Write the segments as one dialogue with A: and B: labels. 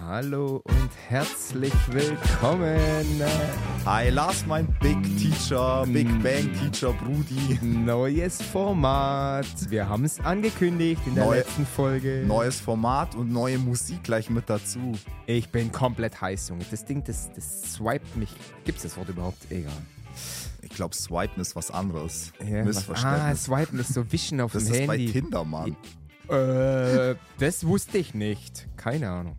A: Hallo und herzlich willkommen.
B: I last mein Big Teacher, Big
A: Hm.
B: Bang Teacher, Brudi.
A: Neues Format. Wir haben es angekündigt in der
B: Neu-
A: letzten Folge.
B: Neues Format und neue Musik gleich mit dazu.
A: Ich bin komplett heiß, Junge. Das Ding, das, das swiped mich. Gibt's das Wort überhaupt? Egal.
B: Ich glaube, Swipen ist was anderes.
A: Ja, was- ah,
B: Missverständnis.
A: swipen ist so wischen auf
B: das
A: dem
B: ist bei
A: Handy.
B: Tinder, Mann.
A: Äh, das wusste ich nicht. Keine Ahnung.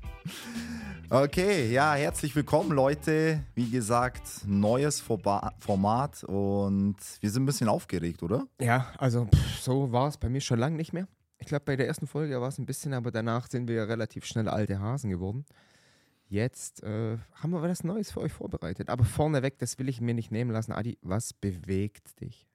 B: Okay, ja, herzlich willkommen, Leute. Wie gesagt, neues Forba Format und wir sind ein bisschen aufgeregt, oder?
A: Ja, also pff, so war es bei mir schon lange nicht mehr. Ich glaube, bei der ersten Folge war es ein bisschen, aber danach sind wir ja relativ schnell alte Hasen geworden. Jetzt äh, haben wir was Neues für euch vorbereitet. Aber vorneweg, das will ich mir nicht nehmen lassen. Adi, was bewegt dich?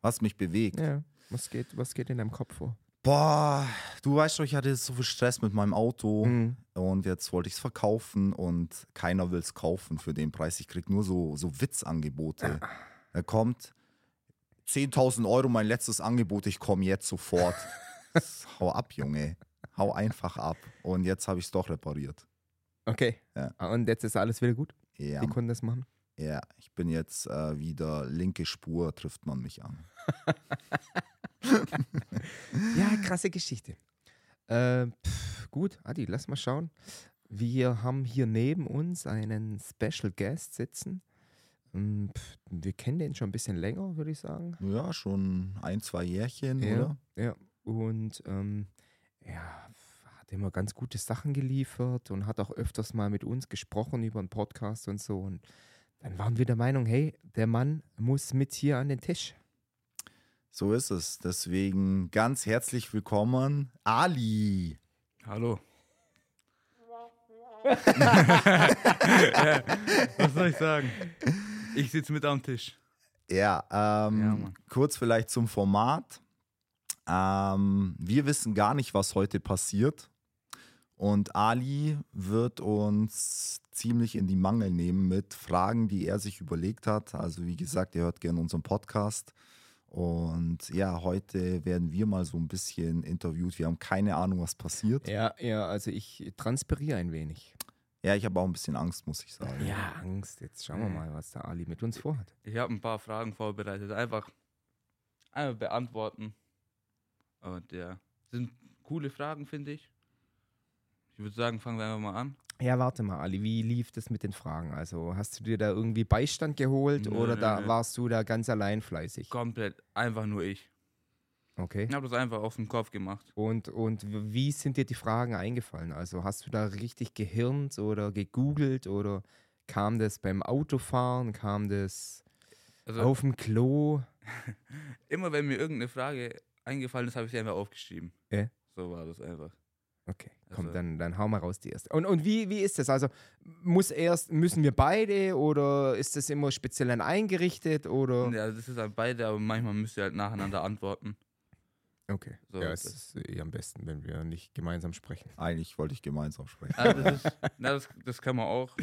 B: Was mich bewegt.
A: Ja, was geht, was geht in deinem Kopf vor?
B: Boah, du weißt schon, ich hatte so viel Stress mit meinem Auto.
A: Mhm.
B: Und jetzt wollte ich es verkaufen und keiner will es kaufen für den Preis. Ich krieg nur so, so Witzangebote. Er kommt 10.000 Euro, mein letztes Angebot, ich komme jetzt sofort. Hau ab, Junge. Hau einfach ab. Und jetzt habe ich es doch repariert.
A: Okay. Ah,
B: Ja.
A: Und jetzt ist alles wieder gut?
B: Ja,
A: Die Kunden das machen?
B: ja. ich bin jetzt äh, wieder linke Spur, trifft man mich an.
A: Ja, krasse Geschichte. Äh, pff, gut, Adi, lass mal schauen. Wir haben hier neben uns einen Special Guest sitzen. Mm, Pff, wir kennen den schon ein bisschen länger, würde ich sagen.
B: Ja, schon ein, zwei Jährchen, oder?
A: ja. Und ähm, ja, hat immer ganz gute Sachen geliefert und hat auch öfters mal mit uns gesprochen über einen Podcast und so. Und dann waren wir der Meinung, hey, der Mann muss mit hier an den Tisch.
B: So ist es. Deswegen ganz herzlich willkommen, Ali.
C: Hallo. ja, was soll ich sagen? Ich sitze mit am Tisch.
B: Ja, ähm,
C: Ja, Mann.
B: kurz vielleicht zum Format. Ähm, wir wissen gar nicht, was heute passiert. Und Ali wird uns ziemlich in die Mangel nehmen mit Fragen, die er sich überlegt hat. Also wie gesagt, ihr hört gerne unseren Podcast. Und ja, heute werden wir mal so ein bisschen interviewt. Wir haben keine Ahnung, was passiert. Ja,
A: Ja, ja, also ich transpiriere ein wenig.
B: ich habe auch ein bisschen Angst, muss ich sagen.
A: Ja, Angst. Jetzt schauen wir mal, was der Ali mit uns vorhat.
C: Ich habe ein paar Fragen vorbereitet. Einfach, einfach beantworten. Und ja, sind coole Fragen, finde ich. Ich würde sagen, fangen wir einfach mal an.
A: Ja, warte mal, Ali, wie lief das mit den Fragen? Also, hast du dir da irgendwie Beistand geholt
C: Nö,
A: oder
C: nö,
A: da
C: nö.
A: warst du da ganz allein fleißig?
C: Komplett, einfach nur ich.
A: Okay.
C: Ich habe das einfach auf den Kopf gemacht.
A: Und, und w- wie sind dir die Fragen eingefallen? Also, hast du da richtig gehirnt oder gegoogelt oder kam das beim Autofahren? Kam das
C: Also
A: auf dem Klo?
C: immer wenn mir irgendeine Frage eingefallen ist, habe ich sie einfach aufgeschrieben.
A: Ja.
C: So war das einfach.
A: Okay, komm,
C: Also-
A: dann, dann hau mal raus die erste. Und, und wie, wie ist das? Also muss erst, müssen wir beide oder ist das immer speziell dann eingerichtet oder?
C: Ja, das ist halt beide, aber manchmal müsst ihr halt nacheinander antworten.
A: Okay.
C: So
A: ja,
C: ist
A: es ist eh am besten, wenn wir nicht gemeinsam sprechen.
B: Eigentlich wollte ich gemeinsam sprechen.
C: Ah, das, ist, na, das, das kann man auch.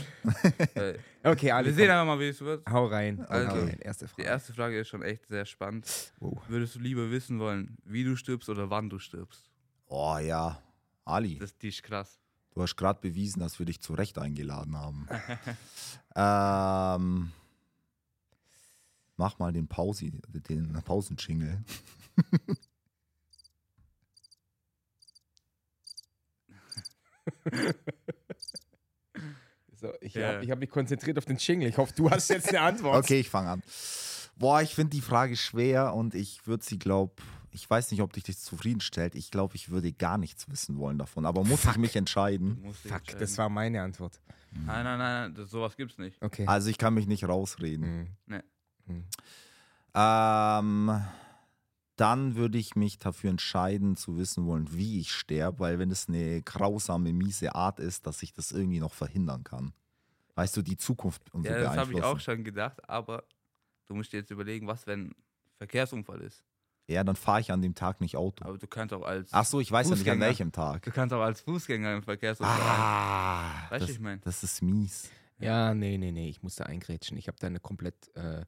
C: Äh,
A: Okay,
C: wir
A: Ali,
C: sehen
A: komm,
C: einfach mal, wie es wird.
A: hau rein.
C: Also,
A: hau rein. Erste
C: Die
A: Frage.
C: erste Frage ist schon echt sehr spannend.
A: Wow.
C: Würdest du lieber wissen wollen, wie du stirbst oder wann du stirbst?
B: Oh ja, Ali.
C: Das die ist krass.
B: Du hast gerade bewiesen, dass wir dich zu Recht eingeladen haben. ähm, mach mal den, Pausi, den Pausenjingle.
A: So, ich
C: Ja.
A: habe hab mich konzentriert auf den Jingle. Ich hoffe, du hast jetzt eine Antwort.
B: Okay, ich fange an. Boah, ich finde die Frage schwer und ich würde sie, glaub, ich weiß nicht, ob dich das zufriedenstellt. Ich glaube, ich würde gar nichts wissen wollen davon, aber muss ich mich entscheiden?
A: Fuck, das war meine Antwort.
C: Nein, nein, nein, nein das, sowas gibt's nicht.
A: Okay.
B: Also ich kann mich nicht rausreden.
A: Mhm.
C: Nee.
B: Ähm, dann würde ich mich dafür entscheiden, zu wissen wollen, wie ich sterbe, weil wenn es eine grausame, miese Art ist, dass ich das irgendwie noch verhindern kann. Weißt du, die Zukunft und so
C: Ja, das habe ich auch
B: beeinflussen.
C: schon gedacht, aber du musst dir jetzt überlegen, was, wenn Verkehrsunfall ist.
B: Ja, dann fahre ich an dem Tag nicht Auto.
C: Aber du kannst auch als,
B: Ach so, ich weiß ja nicht an
C: Fußgänger.
B: welchem Tag.
C: du kannst auch als Fußgänger im Verkehrsunfall.
B: Ah,
C: Weißt du,
B: das,
C: ich mein.
B: das ist mies.
A: Ja, nee, nee, nee, ich muss da eingrätschen. Ich habe da eine komplett äh,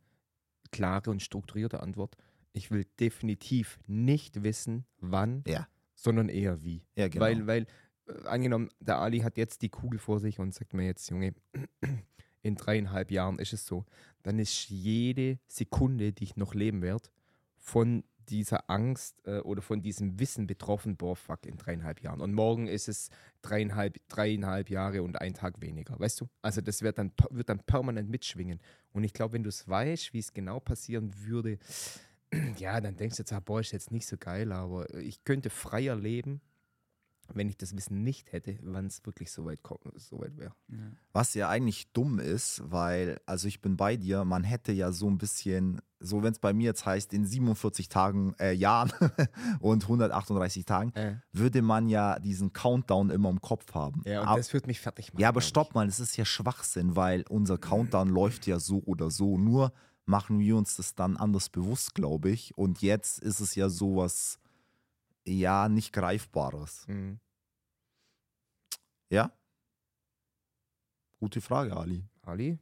A: klare und strukturierte Antwort. Ich will definitiv nicht wissen, wann,
B: Ja.
A: sondern eher wie.
B: Ja, genau.
A: Weil, weil äh, angenommen, der Ali hat jetzt die Kugel vor sich und sagt mir jetzt, Junge, in dreieinhalb Jahren ist es so, dann ist jede Sekunde, die ich noch leben werde, von dieser Angst äh, oder von diesem Wissen betroffen, boah, fuck, in dreieinhalb Jahren. Und morgen ist es dreieinhalb, dreieinhalb Jahre und ein Tag weniger, weißt du? Also das wird dann, wird dann permanent mitschwingen. Und ich glaube, wenn du es weißt, wie es genau passieren würde, ja, dann denkst du jetzt, ah, boah, ist jetzt nicht so geil, aber äh, ich könnte freier leben, wenn ich das Wissen nicht hätte, wann es wirklich so weit, kommt- so weit wäre.
C: Ja.
B: Was ja eigentlich dumm ist, weil, also ich bin bei dir, man hätte ja so ein bisschen, so wenn es bei mir jetzt heißt, in 47 Tagen, äh, Jahren und 138 Tagen,
A: Äh,
B: würde man ja diesen Countdown immer im Kopf haben.
A: Ja, und
B: Ab-
A: das wird mich fertig machen.
B: ja aber
A: glaub ich.
B: stopp mal, das ist ja Schwachsinn, weil unser Countdown läuft ja so oder so. Nur machen wir uns das dann anders bewusst, glaube ich. Und jetzt ist es ja sowas, ja, nicht Greifbares.
A: Mhm.
B: Ja? Gute Frage, Ali.
A: Ali?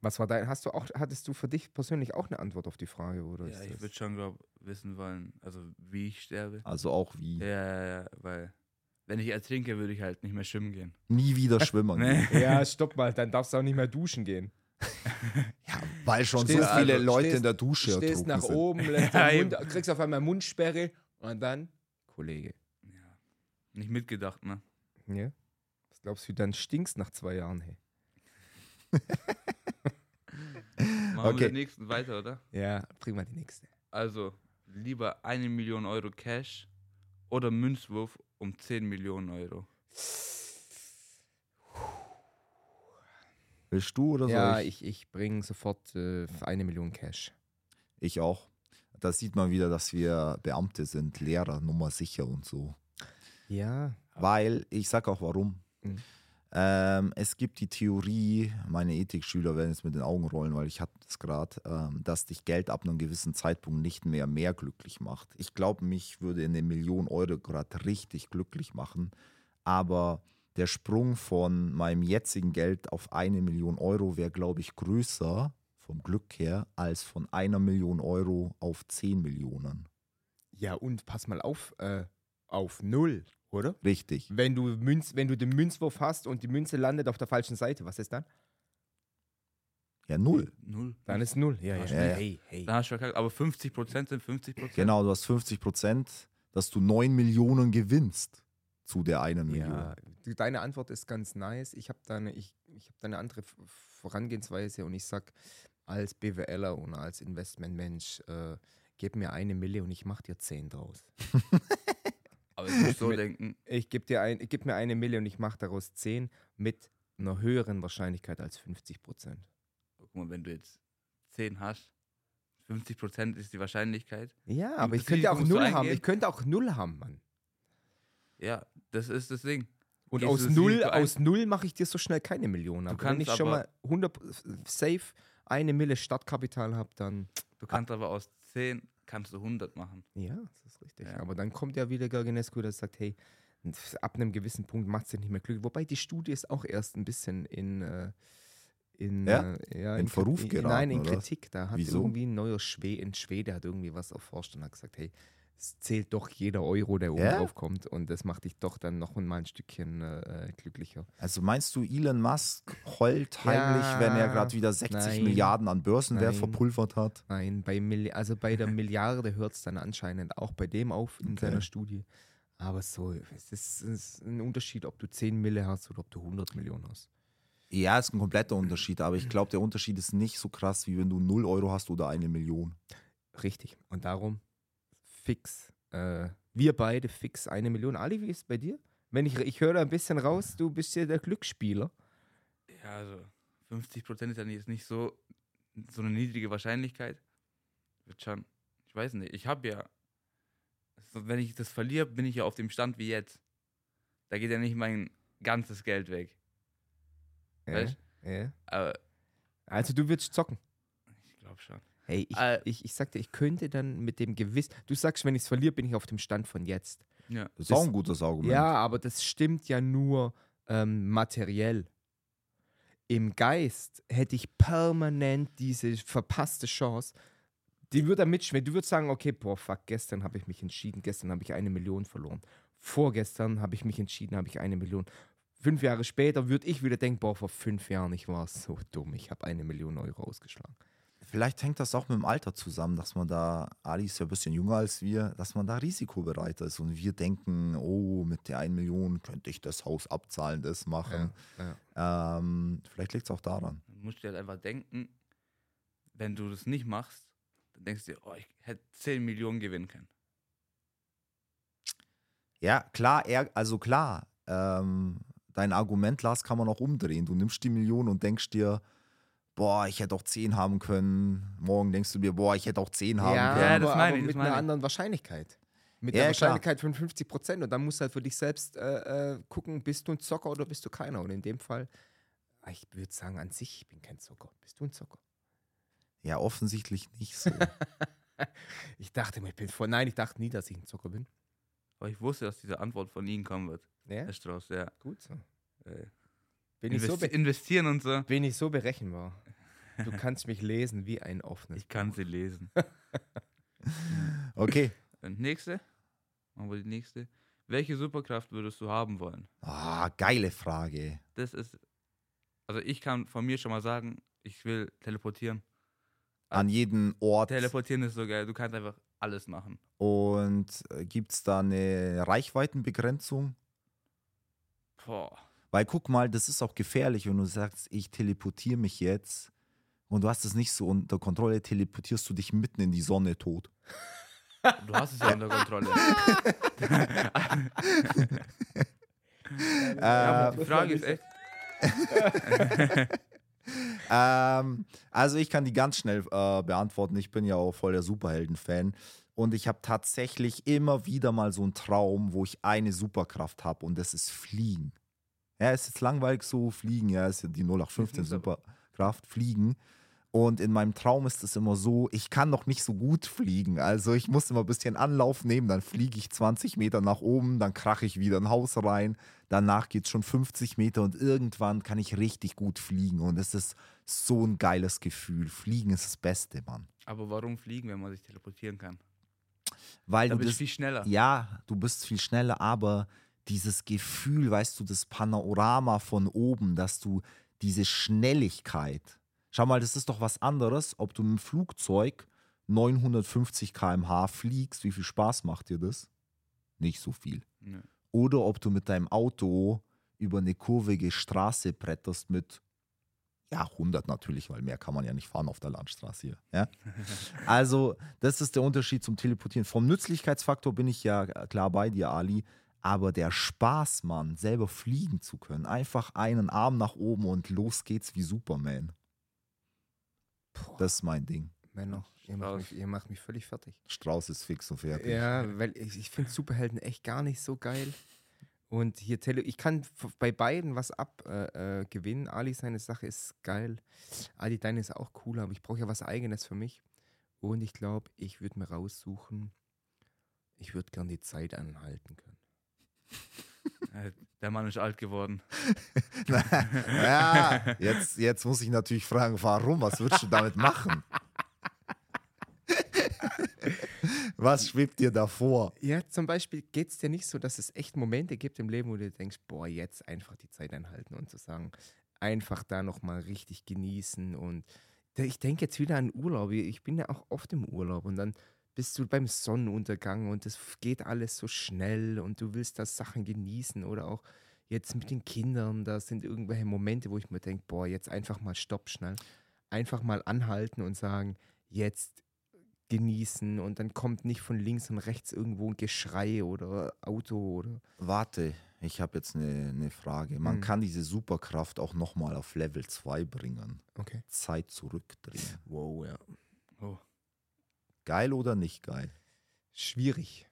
A: Was war dein, hast du auch, hattest du für dich persönlich auch eine Antwort auf die Frage, oder?
C: Ja,
A: ist Ah.
C: ich
A: das-
C: würde schon glaub, wissen wollen, also wie ich sterbe.
B: Also auch wie.
C: Ja, ja, ja, weil wenn ich ertrinke, würde ich halt nicht mehr schwimmen gehen.
B: Nie wieder schwimmen. gehen.
C: Nee.
A: ja, stopp mal, dann darfst du auch nicht mehr duschen gehen.
B: Ja, weil schon
A: Stehst-
B: so viele
A: also,
B: Leute
A: stehst-
B: in der Dusche
A: Du stehst
B: ertrunken
A: nach
B: sind.
A: oben, lässt
C: Ja,
A: den Mund,
C: eben.
A: kriegst auf einmal Mundsperre und dann, Kollege.
C: Ja. Nicht mitgedacht, ne?
A: Ja? Was glaubst du, wie dann stinkst nach zwei Jahren, hey?
C: Machen
B: Okay.
C: wir den nächsten weiter, oder?
A: Ja, bring mal die nächste.
C: Also lieber eine Million Euro Cash oder Münzwurf um 10 Millionen Euro.
B: Willst du oder
A: ja,
B: soll ich?
A: ich, ich bringe sofort äh, für eine Million Cash.
B: Ich auch. Da sieht man wieder, dass wir Beamte sind, Lehrer, Nummer sicher und so.
A: Ja.
B: Weil, ich sag auch warum.
A: Mhm.
B: Ähm, es gibt die Theorie, meine Ethikschüler werden jetzt mit den Augen rollen, weil ich hatte es gerade, ähm, dass dich Geld ab einem gewissen Zeitpunkt nicht mehr mehr glücklich macht. Ich glaube, mich würde eine Million Euro gerade richtig glücklich machen, aber der Sprung von meinem jetzigen Geld auf eine Million Euro wäre, glaube ich, größer vom Glück her als von einer Million Euro auf 10 Millionen.
A: Ja, und pass mal auf, äh, auf null, oder?
B: Richtig.
A: Wenn du, Münz, wenn du den Münzwurf hast und die Münze landet auf der falschen Seite, was ist dann?
B: Ja, null.
C: Null.
A: Dann ist null. Ja, ja.
B: Ja, ja.
A: Hey, hey.
C: Da hast du verkackt. Aber 50% sind 50%.
B: Genau, du hast 50 Prozent, dass du 9 Millionen gewinnst zu der einen Million.
A: Ja, deine Antwort ist ganz nice. Ich habe da, eine- ich, ich hab da eine andere V- Vorangehensweise und ich sag als BWLer und als Investmentmensch, äh, gib mir eine Mille und ich mach dir zehn draus.
C: Aber ich muss so denken,
A: Ich gebe dir ein, gib mir eine Mille und ich mach daraus zehn mit einer höheren Wahrscheinlichkeit als 50 Prozent.
C: guck mal, wenn du jetzt 10 hast, 50% ist die Wahrscheinlichkeit.
A: Ja, aber ich
C: Risiko
A: könnte ja auch
C: musst du
A: null haben.
C: eingehen.
A: Ich könnte auch null haben, Mann.
C: Ja, das ist das Ding.
A: Und
C: Gehst
A: aus
C: du das
A: null,
C: Risiko ein?
A: aus null mache ich dir so schnell keine Millionen. Aber wenn
C: kannst
A: ich schon mal
C: aber-
A: 100 safe eine Mille Stadtkapital habe, dann
C: Du kannst aber aus 10 kannst du 100 machen.
A: ja, das ist richtig.
C: Ja.
A: Aber dann kommt ja wieder Garginescu, der sagt, hey, ab einem gewissen Punkt macht es dich nicht mehr glücklich. Wobei die Studie ist auch erst ein bisschen in äh, in,
B: Ja?
A: äh, ja,
B: In
A: Kri-
B: Verruf
A: Nein,
B: geraten,
A: in
B: oder was?
A: Kritik. Da hat
B: Wieso?
A: irgendwie ein neuer Schwe in Schwede hat irgendwie was erforscht und hat gesagt, hey, es zählt doch jeder Euro, der oben
B: Ja?
A: drauf kommt und das macht dich doch dann noch mal ein Stückchen äh, glücklicher.
B: Also meinst du, Elon Musk heult heimlich,
A: Ja,
B: wenn er gerade wieder 60
A: nein,
B: Milliarden an Börsenwert
A: nein.
B: verpulvert hat?
A: Nein, bei Milli also bei der Milliarde hört es dann anscheinend auch bei dem auf in
B: Okay.
A: seiner Studie. Aber so, es ist, es ist ein Unterschied, ob du 10 Mille hast oder ob du 100 Millionen hast.
B: Ja, ist ein kompletter Unterschied, aber ich glaube, der Unterschied ist nicht so krass, wie wenn du 0 Euro hast oder eine Million.
A: Richtig. Und darum fix. Äh, wir beide fix eine Million. Ali, wie ist es bei dir? Wenn ich, ich höre da ein bisschen raus, du bist ja der Glücksspieler.
C: Ja, also 50% ist ja jetzt nicht so, so eine niedrige Wahrscheinlichkeit. Wird schon. Ich weiß nicht. Ich habe ja. So, wenn ich das verliere, bin ich ja auf dem Stand wie jetzt. Da geht ja nicht mein ganzes Geld weg.
A: Ja,
C: Weißt?
A: ja.
C: Aber
A: Also du würdest zocken.
C: ich glaube schon.
A: Hey, ich,
C: Äh.
A: ich, ich sagte, ich könnte dann mit dem Gewiss. Du sagst, wenn ich es verliere, bin ich auf dem Stand von jetzt.
C: Ja.
B: Das ist auch ein gutes Argument.
A: Ja, aber das stimmt ja nur ähm, materiell. Im Geist hätte ich permanent diese verpasste Chance. Die würde da mitschwimmen. Du würdest sagen, okay, boah, fuck, gestern habe ich mich entschieden, gestern habe ich eine Million verloren. vorgestern habe ich mich entschieden, habe ich eine Million. Fünf Jahre später würde ich wieder denken, boah, vor fünf Jahren, ich war so dumm, ich habe eine Million Euro ausgeschlagen.
B: Vielleicht hängt das auch mit dem Alter zusammen, dass man da, Ali ist ja ein bisschen jünger als wir, dass man da risikobereiter ist und wir denken, oh, mit der 1 Million könnte ich das Haus abzahlen, das machen.
A: Ja,
B: Ähm, vielleicht liegt es auch daran.
C: Du musst dir halt einfach denken, wenn du das nicht machst, dann denkst du dir, oh, ich hätte 10 Millionen gewinnen können.
B: Ja, klar, er, also klar, ähm, dein Argument, Lars, kann man auch umdrehen. Du nimmst die Million und denkst dir, boah, ich hätte auch 10 haben können. Morgen denkst du dir, boah, ich hätte auch 10 haben
A: ja,
B: können.
C: Ja,
A: aber,
C: das meine
A: aber
C: ich, das
A: mit
C: meine
A: einer
C: ich.
A: anderen Wahrscheinlichkeit. Mit
B: Ja,
A: einer
B: klar.
A: Wahrscheinlichkeit von 50 Prozent. Und dann musst du halt für dich selbst äh, äh, gucken, bist du ein Zocker oder bist du keiner. Und in dem Fall, ah, ich würde sagen, an sich, ich bin kein Zocker. Bist du ein Zocker?
B: Ja, offensichtlich nicht so.
A: Ich dachte immer, ich bin voll. Nein, ich dachte nie, dass ich ein Zocker bin.
C: Aber ich wusste, dass diese Antwort von Ihnen kommen wird.
A: Ja,
C: Herr Strauß, ja.
A: gut so.
C: Äh,
A: Bin ich, so
C: investi-
A: be
C: investieren und so.
A: bin ich so berechenbar. Du kannst mich lesen wie ein offenes.
C: Ich kann sie lesen.
B: Okay.
C: Und nächste? Machen wir die nächste. Welche Superkraft würdest du haben wollen?
B: Ah, geile Frage.
C: Das ist. Also ich kann von mir schon mal sagen, ich will teleportieren.
B: An jeden Ort.
C: Teleportieren ist so geil. Du kannst einfach alles machen.
B: Und gibt es da eine Reichweitenbegrenzung?
C: Boah.
B: Weil guck mal, das ist auch gefährlich, wenn du sagst, ich teleportiere mich jetzt und du hast es nicht so unter Kontrolle, teleportierst du dich mitten in die Sonne tot.
C: Du hast es ja unter Kontrolle.
B: Äh,
C: ja, aber die Frage ist echt.
B: Ähm, also ich kann die ganz schnell äh, beantworten. Ich bin ja auch voll der Superhelden-Fan. Und ich habe tatsächlich immer wieder mal so einen Traum, wo ich eine Superkraft habe und das ist Fliegen. Ja, ist jetzt langweilig so, Fliegen, ja, ist ja die 0815
C: Ist aber-
B: Superkraft, Fliegen. Und in meinem Traum ist es immer so, ich kann noch nicht so gut fliegen. Also ich muss immer ein bisschen Anlauf nehmen, dann fliege ich 20 Meter nach oben, dann krache ich wieder ein Haus rein, danach geht es schon 50 Meter und irgendwann kann ich richtig gut fliegen. Und es ist so ein geiles Gefühl. Fliegen ist das Beste, Mann.
C: Aber warum fliegen, wenn man sich teleportieren kann?
B: Weil
C: Da
B: du
C: bin
B: Also
C: ich
B: das,
C: viel schneller.
B: ja, du bist viel schneller, aber dieses Gefühl, weißt du, das Panorama von oben, dass du diese Schnelligkeit. Schau mal, das ist doch was anderes, ob du mit dem Flugzeug 950 km/h fliegst. Wie viel Spaß macht dir das? Nicht so viel.
C: Nö.
B: Oder ob du mit deinem Auto über eine kurvige Straße bretterst mit, ja, 100 natürlich, weil mehr kann man ja nicht fahren auf der Landstraße hier. Ja? Also, das ist der Unterschied zum Teleportieren. Vom Nützlichkeitsfaktor bin ich ja klar bei dir, Ali. Aber der Spaß, Mann, selber fliegen zu können. Einfach einen Arm nach oben und los geht's wie Superman.
A: Boah,
B: Das ist mein Ding.
A: Männer, ihr macht, mich, ihr macht mich völlig fertig.
B: Strauß ist fix und fertig.
A: Ja, weil ich, ich finde Superhelden echt gar nicht so geil. Und hier Tele ich kann f- bei beiden was abgewinnen. Äh, gewinnen. Ali seine Sache ist geil. Ali deine ist auch cool, aber ich brauche ja was eigenes für mich. Und ich glaube, ich würde mir raussuchen, ich würde gern die Zeit anhalten können.
C: Äh, Der Mann ist alt geworden.
B: ja jetzt, jetzt muss ich natürlich fragen, warum? Was würdest du damit machen? Was schwebt dir davor?
A: Ja, zum Beispiel geht es dir nicht so, dass es echt Momente gibt im Leben, wo du denkst, boah, jetzt einfach die Zeit einhalten und zu sagen, einfach da nochmal richtig genießen. Und da- ich denke jetzt wieder an Urlaub. Ich bin ja auch oft im Urlaub und dann bist du beim Sonnenuntergang und es geht alles so schnell und du willst das Sachen genießen oder auch jetzt mit den Kindern, da sind irgendwelche Momente, wo ich mir denke, boah, jetzt einfach mal stopp schnell, einfach mal anhalten und sagen, jetzt genießen und dann kommt nicht von links und rechts irgendwo ein Geschrei oder Auto oder
B: Warte, ich habe jetzt eine ne Frage. Man
A: Hm.
B: kann diese Superkraft auch nochmal auf Level 2 bringen.
A: okay.
B: Zeit zurückdrehen.
A: Wow, ja.
C: Oh.
B: Geil oder nicht geil?
A: Schwierig.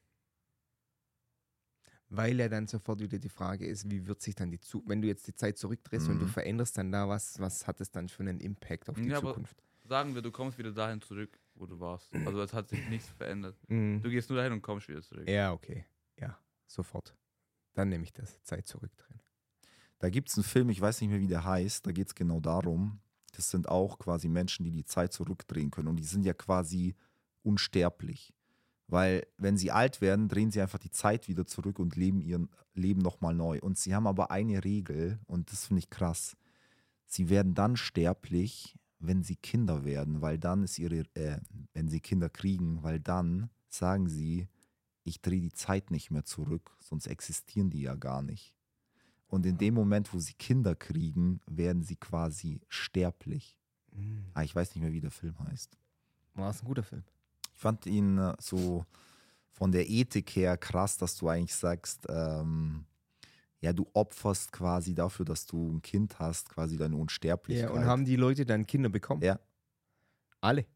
A: Weil ja dann sofort wieder die Frage ist, wie wird sich dann die Zukunft, wenn du jetzt die Zeit zurückdrehst und du
B: Mhm.
A: veränderst dann da was, was hat es dann für einen Impact auf die
C: Ja, aber-
A: Zukunft?
C: Sagen wir, du kommst wieder dahin zurück, wo du warst. Also es hat sich nichts verändert.
A: Mhm.
C: Du gehst nur dahin und kommst wieder zurück.
A: Ja, okay. Ja, sofort. Dann nehme ich das. Zeit zurückdrehen.
B: Da gibt es einen Film, ich weiß nicht mehr, wie der heißt, da geht es genau darum. Das sind auch quasi Menschen, die die Zeit zurückdrehen können und die sind ja quasi unsterblich. Weil wenn sie alt werden, drehen sie einfach die Zeit wieder zurück und leben ihr Leben nochmal neu. Und sie haben aber eine Regel, und das finde ich krass. Sie werden dann sterblich, wenn sie Kinder werden, weil dann ist ihre, äh, wenn sie Kinder kriegen, weil dann sagen sie, ich drehe die Zeit nicht mehr zurück, sonst existieren die ja gar nicht. Und in dem Moment, wo sie Kinder kriegen, werden sie quasi sterblich.
C: Mhm.
B: Ah, ich weiß nicht mehr, wie der Film heißt.
A: War es ein guter Film?
B: Ich fand ihn äh, so von der Ethik her krass, dass du eigentlich sagst, ähm, ja, du opferst quasi dafür, dass du ein Kind hast, quasi deine Unsterblichkeit.
A: Ja, und haben die Leute dann Kinder bekommen?
B: Ja.
A: Alle?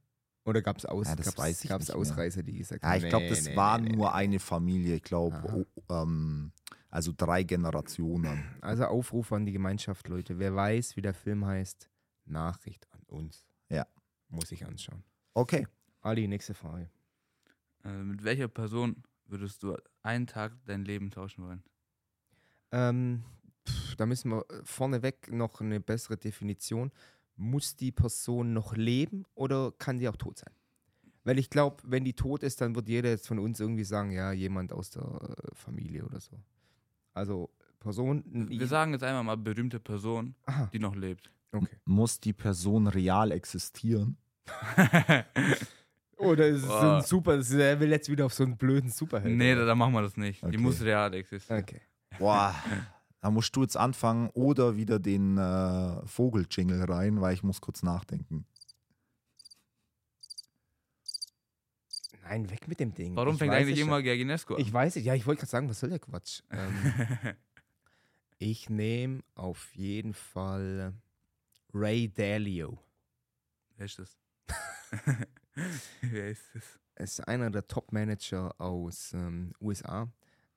A: Oder gab es aus,
B: Ja, das
A: gab's,
B: weiß ich
A: gab's
B: nicht mehr.
A: Ausreißer, die gesagt
B: Ja,
A: haben?
B: ich glaube,
A: nee,
B: das
A: nee,
B: war
A: nee, nee,
B: nur eine Familie, ich
A: Aha.
B: glaube, oh, ähm, also drei Generationen.
A: nee. Also Aufruf an die Gemeinschaft, Leute. Wer weiß, wie der Film heißt, Nachricht an uns.
B: Ja.
A: Muss ich anschauen.
B: Okay.
A: Ali, nächste Frage.
C: Äh, mit welcher Person würdest du einen Tag dein Leben tauschen wollen?
A: Ähm, pff, da müssen wir äh, vorneweg noch eine bessere Definition. Muss die Person noch leben oder kann die auch tot sein? Weil ich glaube, wenn die tot ist, dann wird jeder jetzt von uns irgendwie sagen, ja, jemand aus der äh, Familie oder so. Also Person. n-
C: Wir sagen jetzt einmal mal berühmte Person,
A: Aha,
C: die noch lebt.
A: okay.
B: Muss die Person real existieren?
A: Oder es Oh, ist so
C: Boah.
A: ein super, es ist- er will jetzt wieder auf so einen blöden Superheld.
C: nee, da, da machen wir das nicht.
B: Okay.
C: Die muss real existieren.
A: Okay.
B: Boah, da musst du jetzt anfangen oder wieder den äh, Vogel-Jingle rein, weil ich muss kurz nachdenken.
A: Nein, weg mit dem Ding.
C: Warum
A: Ich
C: fängt
A: weiß
C: eigentlich
A: es
C: immer Gerginesco an?
A: Ich weiß es, ja, ich wollte gerade sagen, was soll der Quatsch? Ähm, ich nehme auf jeden Fall Ray Dalio.
C: Wer ist das? Wer ist das?
A: Er ist einer der Top-Manager aus ähm, USA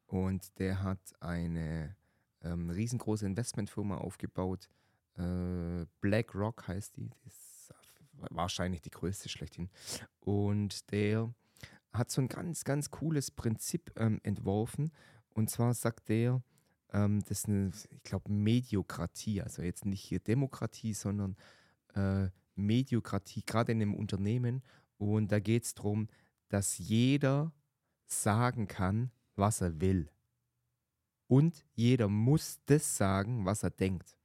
A: und der hat eine ähm, riesengroße Investmentfirma aufgebaut. Äh, BlackRock heißt die. die ist wahrscheinlich die größte schlechthin. Und der hat so ein ganz, ganz cooles Prinzip ähm, entworfen. Und zwar sagt der, ähm, das ist eine, ich glaube, Mediokratie. Also jetzt nicht hier Demokratie, sondern äh, Mediokratie, gerade in einem Unternehmen. Und da geht es darum, dass jeder sagen kann, was er will. Und jeder muss das sagen, was er denkt.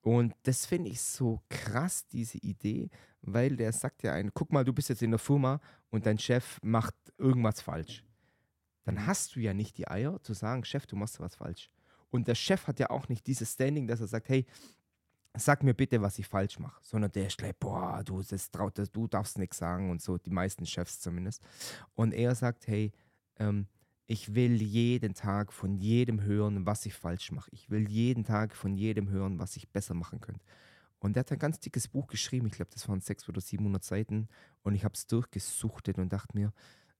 A: Und das finde ich so krass, diese Idee, weil der sagt ja einen, guck mal, du bist jetzt in der Firma und dein Chef macht irgendwas falsch. Dann hast du ja nicht die Eier zu sagen, Chef, du machst was falsch. Und der Chef hat ja auch nicht dieses Standing, dass er sagt, hey, sag mir bitte, was ich falsch mache, sondern der ist gleich, boah, du, das traut, das, du darfst nichts sagen und so, die meisten Chefs zumindest. Und er sagt, hey, ähm, ich will jeden Tag von jedem hören, was ich falsch mache. Ich will jeden Tag von jedem hören, was ich besser machen könnte. Und er hat ein ganz dickes Buch geschrieben, ich glaube, das waren 600 oder 700 Seiten. Und ich habe es durchgesuchtet und dachte mir,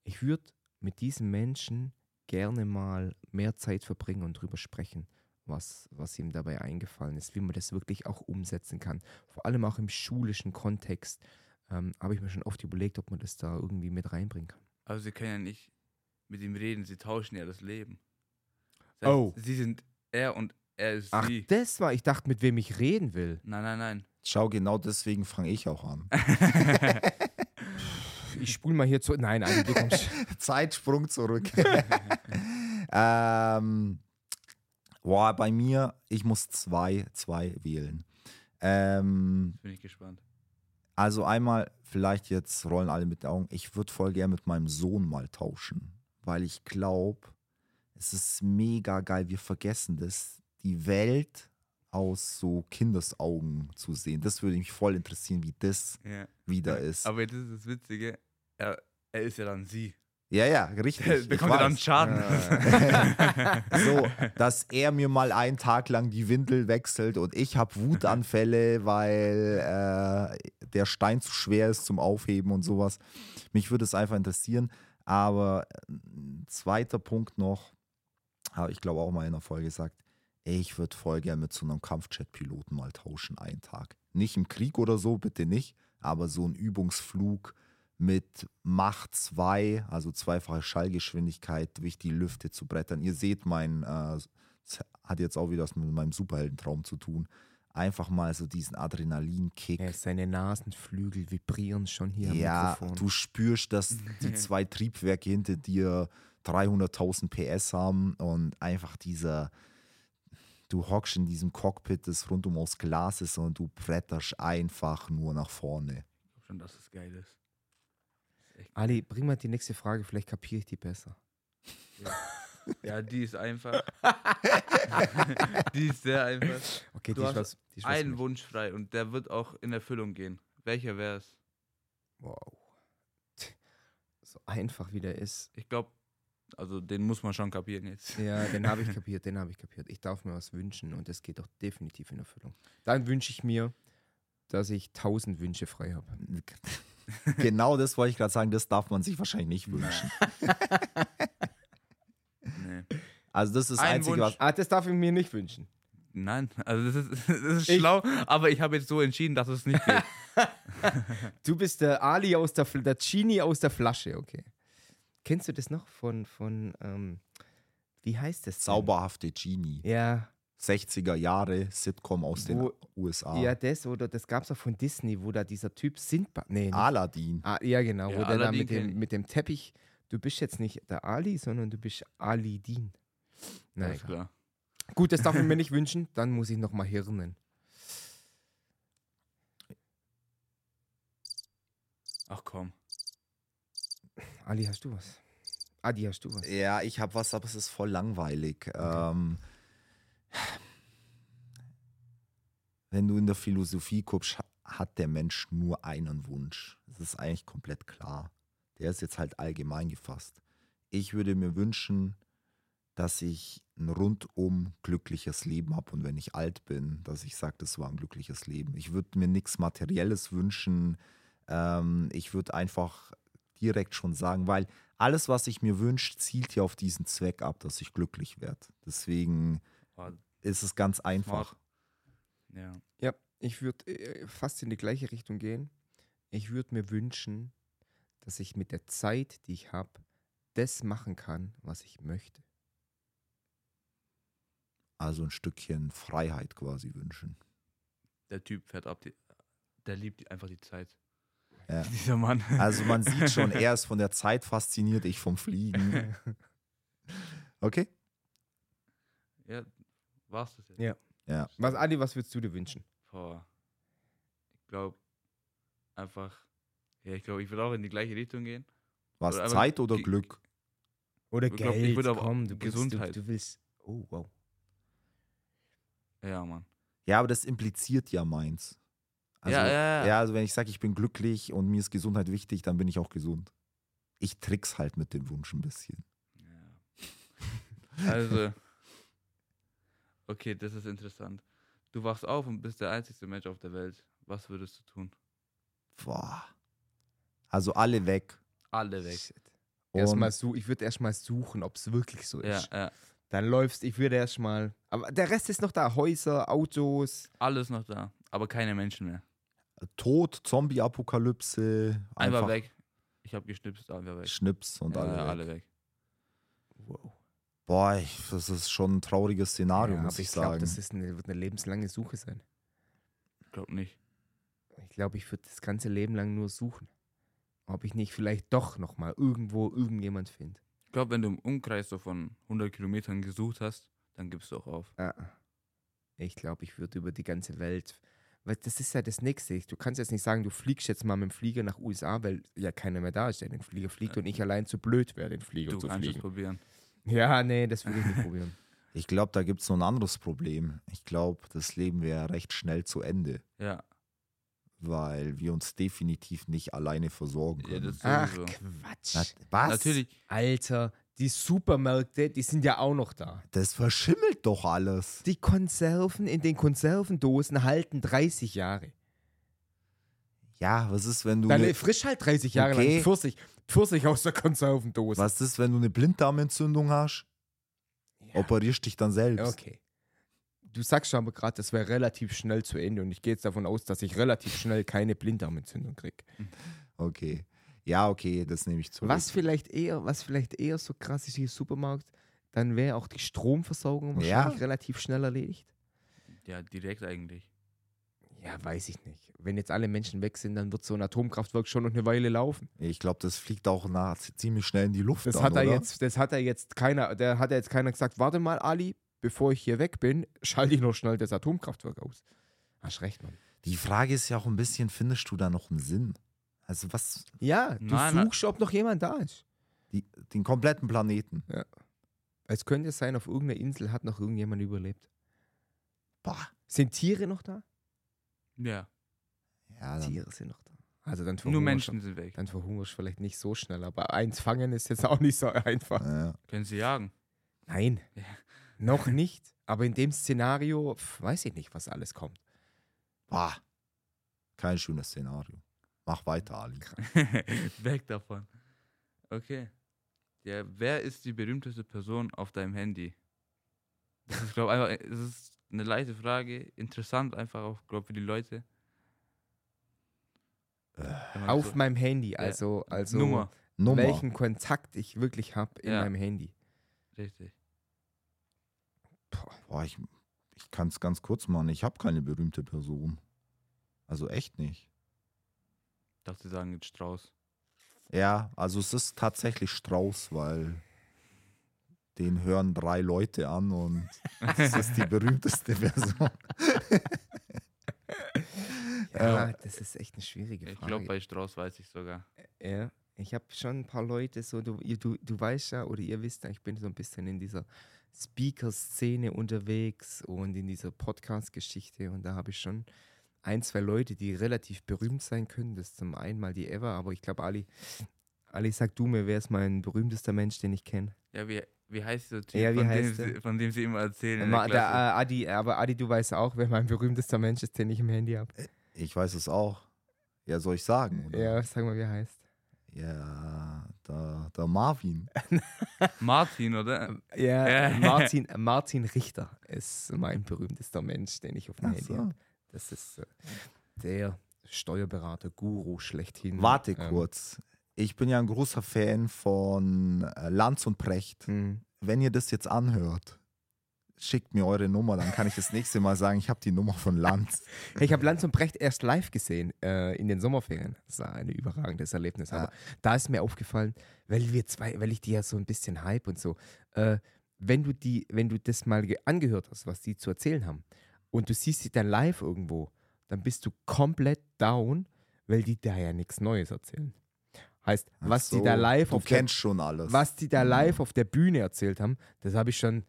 A: ich würde mit diesem Menschen gerne mal mehr Zeit verbringen und drüber sprechen was, was ihm dabei eingefallen ist, wie man das wirklich auch umsetzen kann. Vor allem auch im schulischen Kontext ähm, habe ich mir schon oft überlegt, ob man das da irgendwie mit reinbringen kann.
C: Aber sie können ja nicht mit ihm reden, sie tauschen ja das Leben.
A: Oh.
C: Sie sind er und er ist
A: Ach,
C: sie.
A: das war, ich dachte, mit wem ich reden will.
C: Nein, nein, nein.
B: Schau, genau deswegen fange ich auch an.
A: Ich spule mal hier zu. Nein, nein, du kommst.
B: Zeitsprung zurück. ähm, boah, bei mir, ich muss zwei, zwei wählen. Ähm,
C: Bin ich gespannt.
B: also einmal, vielleicht jetzt rollen alle mit den Augen, ich würde voll gern mit meinem Sohn mal tauschen, weil ich glaube, es ist mega geil, wir vergessen das, die Welt aus so Kindesaugen zu sehen. Das würde mich voll interessieren, wie das
C: Ja.
B: wieder ist.
C: Aber das ist das Witzige. Er, er ist ja dann sie.
B: ja, ja, richtig.
C: Der
B: ich
C: bekommt ja dann
B: weiß.
C: Schaden.
A: Ah.
B: so, dass er mir mal einen Tag lang die Windel wechselt und ich habe Wutanfälle, weil äh, der Stein zu schwer ist zum Aufheben und sowas. Mich würde es einfach interessieren. Aber äh, ein zweiter Punkt noch, habe ich glaube auch mal in einer Folge gesagt, ich würde voll gerne mit so einem Kampfjet-Piloten mal tauschen einen Tag. Nicht im Krieg oder so, bitte nicht, aber so ein Übungsflug mit Mach 2, also zweifache Schallgeschwindigkeit durch die Lüfte zu brettern. Ihr seht mein, äh, das hat jetzt auch wieder was mit meinem Superheldentraum zu tun, einfach mal so diesen Adrenalinkick.
A: Ja, seine Nasenflügel vibrieren schon hier
B: Ja,
A: am Mikrofon. Mhm.
B: du spürst, dass die zwei Triebwerke hinter dir 300.000 PS haben und einfach dieser, du hockst in diesem Cockpit, das rundum aus Glas ist und du bretterst einfach nur nach vorne.
C: Ich glaube schon, dass es geil ist.
A: Ali, bring mal die nächste Frage, vielleicht kapiere ich die besser.
C: Ja, die ist einfach. die ist sehr einfach.
A: Okay,
C: Du
A: die
C: hast
A: ist was. Die ist was für
C: Ein
A: mich.
C: Wunsch frei und der wird auch in Erfüllung gehen. Welcher wäre es?
A: Wow. Tch, So einfach wie der ist.
C: Ich glaube, also den muss man schon kapieren jetzt.
A: Ja, den habe ich kapiert, den habe ich kapiert. Ich darf mir was wünschen und das geht doch definitiv in Erfüllung. Dann wünsche ich mir, dass ich tausend Wünsche frei habe.
B: genau das wollte ich gerade sagen, das darf man sich wahrscheinlich nicht wünschen.
C: Nee.
B: Also das ist das
C: Ein
B: Einzige,
C: Wunsch.
B: was...
A: Ah, das darf ich mir nicht wünschen.
C: Nein, also das ist, das ist
A: Ich-
C: schlau, aber ich habe jetzt so entschieden, dass es nicht geht.
A: Du bist der Ali aus der, Fl- der Genie aus der Flasche, okay. Kennst du das noch von, von ähm, wie heißt das? denn?
B: Zauberhafte Genie.
A: Ja,
B: 60er Jahre Sitcom aus den
A: Wo-
B: USA.
A: ja, das oder das gab es auch von Disney, wo da dieser Typ Sindbad, nee, nicht
B: Aladdin.
A: Ah, ja, genau,
C: Ja,
A: wo der da
C: Aladdin
A: mit
C: kenn ich.
A: dem, mit dem Teppich, du bist jetzt nicht der Ali, sondern du bist Ali Din. Nein,
C: Alles klar.
A: Gut, das darf ich mir nicht wünschen, dann muss ich nochmal hirnen.
C: Ach komm.
A: Ali, hast du was? Adi, hast du was?
B: Ja, ich habe was, aber es ist voll langweilig.
A: Okay.
B: Ähm, wenn du in der Philosophie guckst, ha- hat der Mensch nur einen Wunsch. Das ist eigentlich komplett klar. Der ist jetzt halt allgemein gefasst. Ich würde mir wünschen, dass ich ein rundum glückliches Leben habe und wenn ich alt bin, dass ich sage, das war ein glückliches Leben. Ich würde mir nichts Materielles wünschen. Ähm, ich würde einfach direkt schon sagen, weil alles, was ich mir wünsche, zielt ja auf diesen Zweck ab, dass ich glücklich werde. Deswegen
C: Oh,
B: ist es ganz einfach.
C: ja.
A: Ja, ich würde äh, fast in die gleiche Richtung gehen. Ich würde mir wünschen, dass ich mit der Zeit, die ich habe, das machen kann, was ich möchte.
B: Also ein Stückchen Freiheit quasi wünschen.
C: Der Typ fährt ab. Die, der liebt einfach die Zeit.
B: Ja.
C: Dieser Mann.
B: Also man sieht schon, er ist von der Zeit fasziniert, ich vom Fliegen. Okay?
C: Ja, war's das jetzt?
A: Ja. Was, Adi, was würdest du dir wünschen?
C: Boah. Ich glaube, einfach. Ja, ich glaube, ich will auch in die gleiche Richtung gehen.
B: Was?
C: Oder einfach
B: Zeit oder
C: ge-
B: Glück?
A: Oder
C: Ich glaub, ich Geld, würde aber komm,
A: du
C: du willst- du- Gesundheit.
A: du, willst. Oh, wow.
C: Ja, Mann.
B: Ja, aber das impliziert ja meins. Also,
C: ja, ja, ja.
B: ja, also wenn ich sage, ich bin glücklich und mir ist Gesundheit wichtig, dann bin ich auch gesund. Ich trick's halt mit dem Wunsch ein bisschen.
C: Ja. Also. Okay, das ist interessant. Du wachst auf und bist der einzigste Mensch auf der Welt. Was würdest du tun?
B: Boah. Also alle weg.
C: Alle weg.
B: Und-
A: Erstmal so, ich würde erstmal suchen, ob es wirklich so
C: Ja,
A: ist.
C: ja.
A: Dann läufst, ich würde erstmal. Aber der Rest ist noch da. Häuser, Autos.
C: Alles noch da, aber keine Menschen mehr.
B: Tod, Zombie-Apokalypse,
C: Einfach,
B: einfach,
C: weg. Ich habe geschnipst, einfach weg.
B: Schnips und
C: ja,
B: alle,
C: ja,
B: weg.
C: alle weg.
A: Wow.
B: Boah, ich, das ist schon ein trauriges Szenario,
A: ja,
B: muss
A: aber
B: ich,
A: ich glaube,
B: sagen.
A: das ist eine, wird eine lebenslange Suche sein.
C: Ich glaube nicht.
A: Ich glaube, ich würde das ganze Leben lang nur suchen. Ob ich nicht vielleicht doch nochmal irgendwo irgendjemand finde.
C: Ich glaube, wenn du im Umkreis so von 100 Kilometern gesucht hast, dann gibst du auch auf.
A: Ah, ah. Ich glaube, ich würde über die ganze Welt. Weil das ist ja das Nächste. Du kannst jetzt nicht sagen, du fliegst jetzt mal mit dem Flieger nach USA, weil ja keiner mehr da ist, der den Flieger fliegt und ich allein zu blöd wäre, den Flieger
C: Du
A: zu
C: kannst es
A: fliegen.
C: probieren.
A: Ja, nee, das würde ich nicht probieren.
B: ich glaube, da gibt es noch ein anderes Problem. Ich glaube, das Leben wäre recht schnell zu Ende,
C: Ja,
B: weil wir uns definitiv nicht alleine versorgen
C: Ja,
B: können.
C: das-
A: Ach,
C: Sowieso.
A: Quatsch.
B: Na, was?
C: natürlich.
A: Alter, die Supermärkte, die sind ja auch noch da.
B: Das verschimmelt doch alles.
A: Die Konserven in den Konservendosen halten 30 Jahre.
B: Ja, was ist, wenn du
A: Dann
B: ne,
A: frisch halt 30 Jahre
B: Okay.
A: lang Pfirsich, Pfirsich aus der Konservendose.
B: was ist, wenn du eine Blinddarmentzündung hast?
A: Ja.
B: Operierst dich dann selbst.
A: Okay. Du sagst schon aber gerade, das wäre relativ schnell zu Ende und ich gehe jetzt davon aus, dass ich relativ schnell keine Blinddarmentzündung kriege.
B: Okay. Ja, okay, das nehme ich zurück.
A: Was vielleicht eher, was vielleicht eher so krass ist wie Supermarkt, dann wäre auch die Stromversorgung
B: Ja.
A: wahrscheinlich relativ schnell erledigt.
C: ja, direkt eigentlich.
A: Ja, weiß ich nicht. Wenn jetzt alle Menschen weg sind, dann wird so ein Atomkraftwerk schon noch eine Weile laufen.
B: Ich glaube, das fliegt auch nach, ziemlich schnell in die Luft.
A: Das
B: dann,
A: hat er
B: oder?
A: jetzt, das hat er jetzt keiner, der hat er jetzt keiner gesagt, warte mal, Ali, bevor ich hier weg bin, schalte ich noch schnell das Atomkraftwerk aus. Hast recht, Mann.
B: Die Frage ist ja auch ein bisschen, findest du da noch einen Sinn? Also was,
A: Ja, du
C: Nein, nein.
A: suchst, ob noch jemand da ist.
B: die, den kompletten Planeten.
A: Es könnte es sein, auf irgendeiner Insel hat noch irgendjemand überlebt.
B: Bah.
A: Sind Tiere noch da?
C: Ja,
B: Ja, dann,
A: Tiere sind noch da. Also dann
C: nur
A: verhungerst
C: Menschen
A: du-
C: sind weg.
A: Dann verhungerst du vielleicht nicht so schnell, aber eins fangen ist jetzt auch nicht so einfach.
B: ja.
C: Können sie jagen.
A: Nein,
C: Ja.
A: noch nicht. Aber in dem Szenario pf, weiß ich nicht, was alles kommt.
B: Bah. Kein schönes Szenario. Mach weiter, Ali.
C: weg davon. Okay. Ja, wer ist die berühmteste Person auf deinem Handy? Das ist, glaube einfach, es ist eine leichte Frage, interessant einfach auch, glaube für die Leute. Wenn man
A: Auf
C: so-
A: meinem Handy, also, also
C: Nummer,
B: Nummer.
A: welchen Kontakt ich wirklich habe in
C: Ja.
A: meinem Handy.
C: richtig.
B: Boah, ich ich kann es ganz kurz machen. Ich habe keine berühmte Person. Also echt nicht.
C: Ich dachte, sie sagen jetzt Strauß.
B: Ja, also es ist tatsächlich Strauß, weil den hören drei Leute an und das ist die berühmteste Person.
A: Ja,
B: Ja.
A: das ist echt eine schwierige Frage.
C: Ich glaube, bei Strauß weiß ich sogar.
A: Ja, ich habe schon ein paar Leute so, du, ihr, du, du weißt ja oder ihr wisst ja, ich bin so ein bisschen in dieser Speaker-Szene unterwegs und in dieser Podcast-Geschichte und da habe ich schon ein, zwei Leute, die relativ berühmt sein können. Das ist zum einen mal die Eva, aber ich glaube, Ali, Ali, sag du mir, wer ist mein berühmtester Mensch, den ich kenne?
C: Ja, wie, wie heißt der Typ,
A: Ja, wie
C: von,
A: heißt
C: dem,
A: der?
C: sie- von dem sie immer erzählen? In
A: Ma-
C: der
A: der,
C: Klasse?
A: äh, Adi, aber Adi, du weißt auch, wer mein berühmtester Mensch ist, den ich im Handy habe.
B: Ich weiß es auch. Ja, soll ich sagen? Oder?
A: Ja, sag mal, wie er heißt.
B: Ja, der, der Marvin.
A: äh,
C: Martin, oder?
A: Ja,
C: Ja.
A: Martin, Martin Richter ist mein berühmtester Mensch, den ich auf dem
B: Ach
A: Handy
B: so.
A: habe. Das ist äh, der Steuerberater, Guru schlechthin.
B: Warte
A: Ähm,
B: kurz. Ich bin ja ein großer Fan von äh, Lanz und Precht.
A: hm.
B: Wenn ihr das jetzt anhört, schickt mir eure Nummer, dann kann ich das nächste Mal sagen, ich habe die Nummer von Lanz.
A: Hey, ich habe Lanz und Brecht erst live gesehen äh, in den Sommerferien. Das war ein überragendes Erlebnis. Aber
B: Ja.
A: da ist mir aufgefallen, weil wir zwei, weil ich die ja so ein bisschen hype und so. Äh, wenn du die, wenn du das mal ge- angehört hast, was die zu erzählen haben, und du siehst sie dann live irgendwo, dann bist du komplett down, weil die da ja nichts Neues erzählen. Heißt, was
B: Ach
A: die da
B: so,
A: live
B: du
A: auf der
B: kennst schon alles.
A: was die da live auf der Bühne erzählt haben, das habe ich schon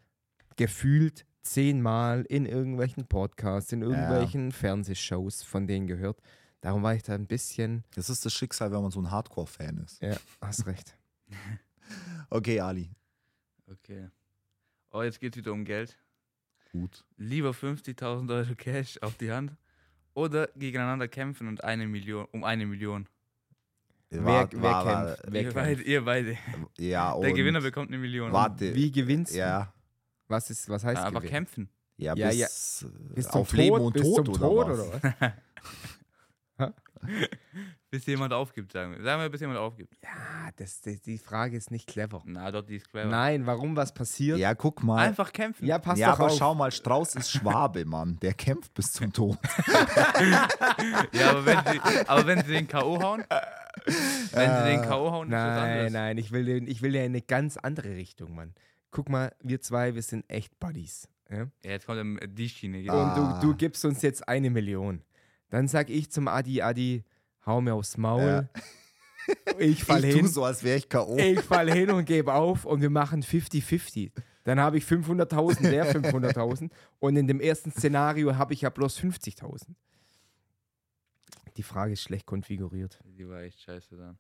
A: gefühlt zehnmal in irgendwelchen Podcasts, in irgendwelchen Fernsehshows von denen gehört. Darum war ich da ein bisschen,
B: Das ist das Schicksal, wenn man so ein Hardcore-Fan ist.
A: ja, hast recht.
B: Okay, Ali.
C: Okay. Oh, jetzt geht es wieder um Geld.
B: Gut.
C: Lieber 50.000 Euro Cash auf die Hand oder gegeneinander kämpfen und eine Million, um eine Million.
A: Wer- wer kämpft? Wer
C: Ihr,
A: kämpft?
C: beide, ihr beide.
B: ja, und
C: Der Gewinner bekommt eine Million.
B: Warte.
A: Wie gewinnst du?
B: ja,
A: Was, ist, was heißt
C: Ah, aber
A: gewinnen?
C: kämpfen.
B: ja,
A: Ja, ja.
B: bis, äh,
A: Bis zum
B: auf Leben
A: Tod,
B: und
A: bis
B: Tod,
A: zum
B: oder,
A: Tod
B: was?
A: oder was?
C: Bis jemand aufgibt, sagen wir. Sagen wir, bis jemand aufgibt.
A: Ja, das, die, die Frage ist nicht clever.
C: Na, doch, die ist clever.
A: Nein, warum was passiert? Ja,
B: Ja, guck mal.
C: Einfach kämpfen.
A: pass
B: ja,
A: doch
B: aber
A: auf.
B: schau mal, Strauß ist Schwabe, Mann. Der kämpft bis zum Tod.
C: Ja, aber wenn sie, aber wenn sie den K.O. hauen, wenn sie den K.O. hauen, ist das
A: Äh, Nein,
C: anders.
A: nein, ich will, den- ich will ja in eine ganz andere Richtung, Mann. Guck mal, wir zwei, wir sind echt Buddies. Ja?
C: Ja, jetzt kommt ähm, die Schiene. hier.
B: Ah.
A: und du, du gibst uns jetzt eine Million. Dann sag ich zum Adi, Adi, hau mir aufs Maul. Ich fall
B: ich tu
A: hin.
B: so, als wäre ich K.O.
A: Ich fall hin und gebe auf und wir machen 50-50. Dann habe ich 500.000, der 500.000. Und in dem ersten Szenario habe ich ja bloß 50.000. Die Frage ist schlecht konfiguriert.
C: Die war echt scheiße dann.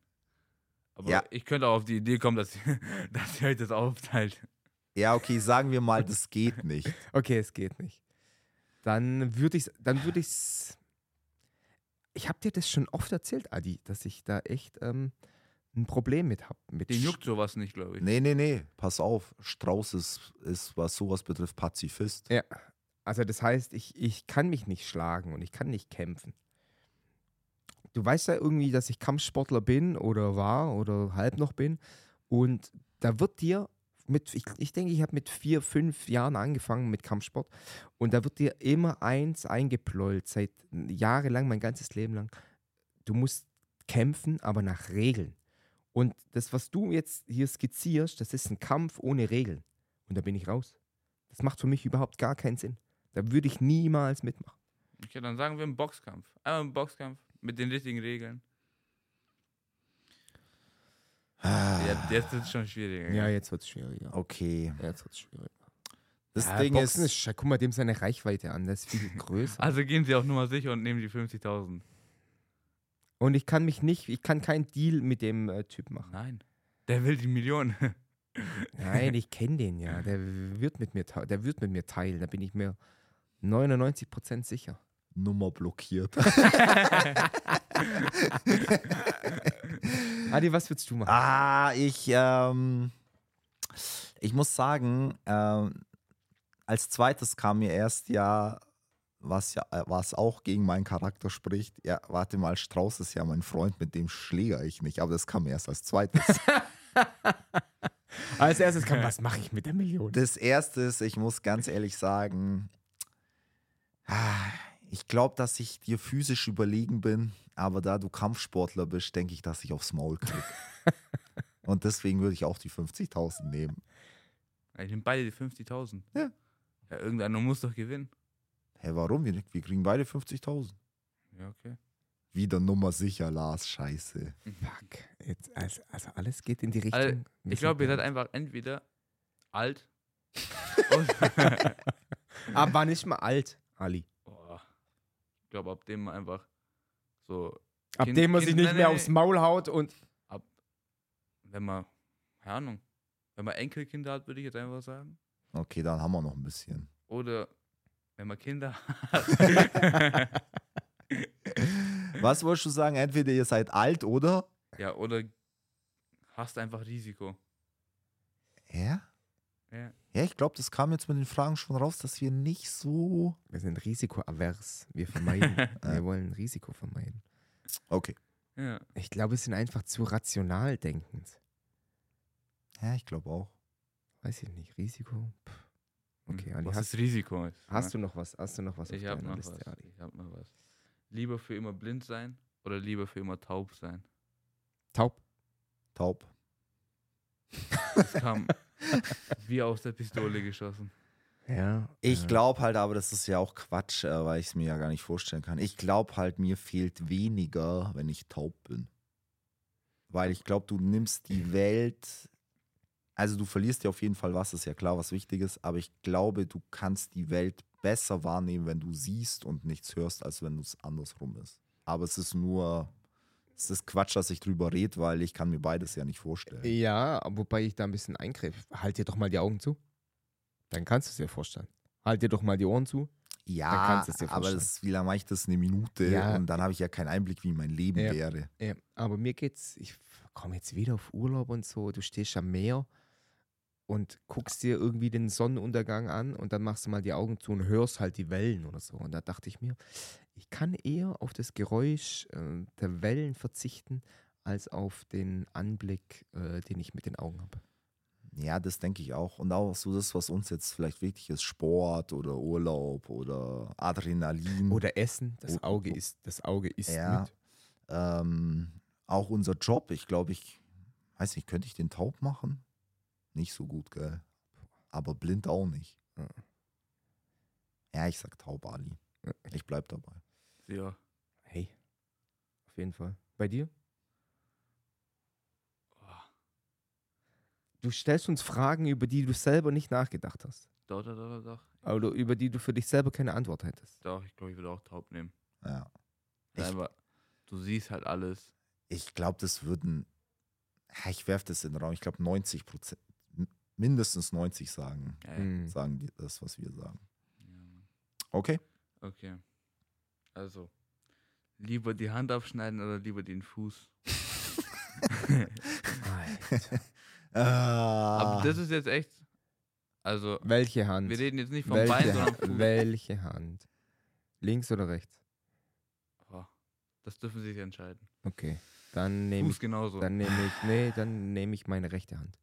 C: Aber
B: Ja.
C: ich könnte auch auf die Idee kommen, dass, dass ihr euch das aufteilt.
B: Ja, okay, sagen wir mal, das geht nicht.
A: Okay, es geht nicht. Dann würde ich dann würde ich's. Ich habe dir das schon oft erzählt, Adi, dass ich da echt ähm, ein Problem mit habe. Mit
C: Den
A: Sch-
C: juckt sowas nicht, glaube ich.
B: Nee, nee, nee, pass auf. Strauß ist, ist was sowas betrifft, Pazifist.
A: Ja. Also das heißt, ich, ich kann mich nicht schlagen und ich kann nicht kämpfen. Du weißt ja irgendwie, dass ich Kampfsportler bin oder war oder halb noch bin. Und da wird dir mit, ich, ich denke, ich habe mit vier, fünf Jahren angefangen mit Kampfsport. Und da wird dir immer eins eingeplollt, seit jahrelang, mein ganzes Leben lang. Du musst kämpfen, aber nach Regeln. Und das, was du jetzt hier skizzierst, das ist ein Kampf ohne Regeln. Und da bin ich raus. Das macht für mich überhaupt gar keinen Sinn. Da würde ich niemals mitmachen.
C: Okay, dann sagen wir einen Boxkampf. Einmal einen Boxkampf mit den richtigen Regeln. Ja, jetzt ist es schon schwieriger.
A: Ah. Ja,
C: gell?
A: jetzt wird es schwieriger.
B: Ah, Okay.
A: Jetzt wird's schwieriger.
B: Das
A: Ja,
B: Ding
A: Boxen
B: ist,
A: ist, guck mal dem seine Reichweite an, das ist viel größer.
C: Also gehen sie auch nur mal sicher und nehmen die 50.000.
A: Und ich kann mich nicht, ich kann keinen Deal mit dem äh, Typ machen.
C: Nein. Der will die Million.
A: Nein, ich kenne den ja. Der wird mit mir, tau- der wird mit mir teilen. Da bin ich mir 99% sicher.
B: Nummer blockiert.
A: Adi, was würdest du machen?
B: Ah, ich, ähm, ich muss sagen, ähm, als zweites kam mir erst ja, was ja, äh, was auch gegen meinen Charakter spricht, ja, warte mal, Strauß ist ja mein Freund, mit dem schläger ich nicht, aber das kam mir erst als zweites.
A: Als erstes kam, was mache ich mit der Million?
B: Das erste ist, ich muss ganz ehrlich sagen, ah, ich glaube, dass ich dir physisch überlegen bin, aber da du Kampfsportler bist, denke ich, dass ich aufs Maul krieg. Und deswegen würde ich auch die 50.000 nehmen.
C: Ich nehme beide die 50.000.
B: Ja.
C: Ja, irgendeiner muss doch gewinnen.
B: Hä, warum? Wir, wir kriegen beide 50.000.
C: Ja, okay.
B: Wieder Nummer sicher, Lars, scheiße.
A: Fuck. Jetzt, also, also alles geht in die Richtung.
C: Also,
A: Wir sind
C: Ich glaube, ihr
A: da-
C: seid einfach entweder alt. und-
A: Aber war nicht mal alt, Ali.
C: Boah. Ich glaube, ab dem man einfach so,
A: Ab
C: Kind-
A: dem man sich
C: Kind-
A: nicht
C: nein,
A: mehr
C: nein,
A: aufs
C: nein.
A: Maul haut und.
C: wenn man, keine Ahnung, wenn man Enkelkinder hat, würde ich jetzt einfach sagen.
B: Okay, dann haben wir noch ein bisschen.
C: Oder wenn man Kinder
B: Was wolltest du sagen? Entweder ihr seid alt oder?
C: Ja, oder hast einfach Risiko.
B: Ja?
C: Ja.
B: Ja, ich glaube, das kam jetzt mit den Fragen schon raus, dass wir nicht so.
A: Wir sind risikoavers. Wir vermeiden. wir wollen Risiko vermeiden.
B: Okay.
C: Ja.
A: Ich glaube, es sind einfach zu rational denkend.
B: Ja, ich glaube auch.
A: Weiß ich nicht. Risiko. Pff. Okay, Ali,
C: Hm. was
A: hast,
C: das Risiko ist.
A: hast du noch was? Hast du noch was
C: ich
A: auf
C: habe
A: deiner
C: noch
A: Liste,
C: was.
A: Ali?
C: Ich hab noch was. Lieber für immer blind sein oder lieber für immer taub sein.
A: Taub.
B: Taub.
C: Das kam wie aus der Pistole geschossen.
A: Ja.
B: Ich
A: äh,
B: glaube halt, aber das ist ja auch Quatsch, äh, weil ich es mir ja gar nicht vorstellen kann. Ich glaube halt, mir fehlt weniger, wenn ich taub bin. Weil ich glaube, du nimmst
A: Mhm.
B: die Welt, also du verlierst ja auf jeden Fall was, ist ja klar, was wichtig ist, aber ich glaube, du kannst die Welt besser wahrnehmen, wenn du siehst und nichts hörst, als wenn es andersrum ist. Aber es ist nur, es ist Quatsch, dass ich drüber rede, weil ich kann mir beides ja nicht vorstellen.
A: Ja, wobei ich da ein bisschen eingreife. Halt dir doch mal die Augen zu. Dann kannst du es dir vorstellen. Halt dir doch mal die Ohren zu.
B: Ja,
A: kannst du es dir
B: aber
A: vorstellen.
B: das, wie lange mache ich das? Eine Minute
A: Ja.
B: und dann habe ich ja keinen Einblick, wie mein Leben
A: Ja.
B: wäre.
A: Ja, Äh, aber mir geht's, ich komme jetzt wieder auf Urlaub und so, du stehst am Meer und guckst dir irgendwie den Sonnenuntergang an und dann machst du mal die Augen zu und hörst halt die Wellen oder so. Und da dachte ich mir, ich kann eher auf das Geräusch äh, der Wellen verzichten, als auf den Anblick, äh, den ich mit den Augen habe.
B: Ja, das denke ich auch. Und auch so das, was uns jetzt vielleicht wichtig ist, Sport oder Urlaub oder Adrenalin.
A: Oder Essen, das
B: Oh,
A: Auge
B: oh.
A: ist, das Auge ist
B: Ja.
A: mit.
B: ähm, auch unser Job. Ich glaube, ich weiß nicht, könnte ich den taub machen? Nicht so gut, gell? Aber blind auch nicht.
A: Ja.
B: Ja, ich sag taub, Ali.
A: Ja.
B: Ich bleib dabei.
C: Ja.
A: Hey, auf jeden Fall. Bei dir? Du stellst uns Fragen, über die du selber nicht nachgedacht hast.
C: Doch, doch, doch, doch.
A: Oder über die du für dich selber keine Antwort hättest.
C: Doch, ich glaube, ich würde auch taub nehmen.
B: Ja. Ich-
C: Einfach, du siehst halt alles.
B: Ich glaube, das würden, Ja, ich werfe das in den Raum, ich glaube 90 Prozent, mindestens 90 sagen,
C: Ja, ja.
A: Mhm.
B: sagen die das, was wir sagen.
C: Ja, Mann.
B: Okay.
C: Okay. Also, lieber die Hand abschneiden oder lieber den Fuß?
B: Ah.
A: Ah.
C: Aber das ist jetzt echt. Also,
A: Welche Hand?
C: wir reden jetzt nicht vom Bein,
A: Welche,
C: sondern
A: Hand?
C: vom Fuß.
A: Welche Hand? Links oder rechts?
C: Oh, das dürfen sie sich entscheiden.
A: Okay. Dann nehme
C: Fuß
A: ich,
C: genauso.
A: dann nehme ich, nee, dann nehme ich meine rechte Hand.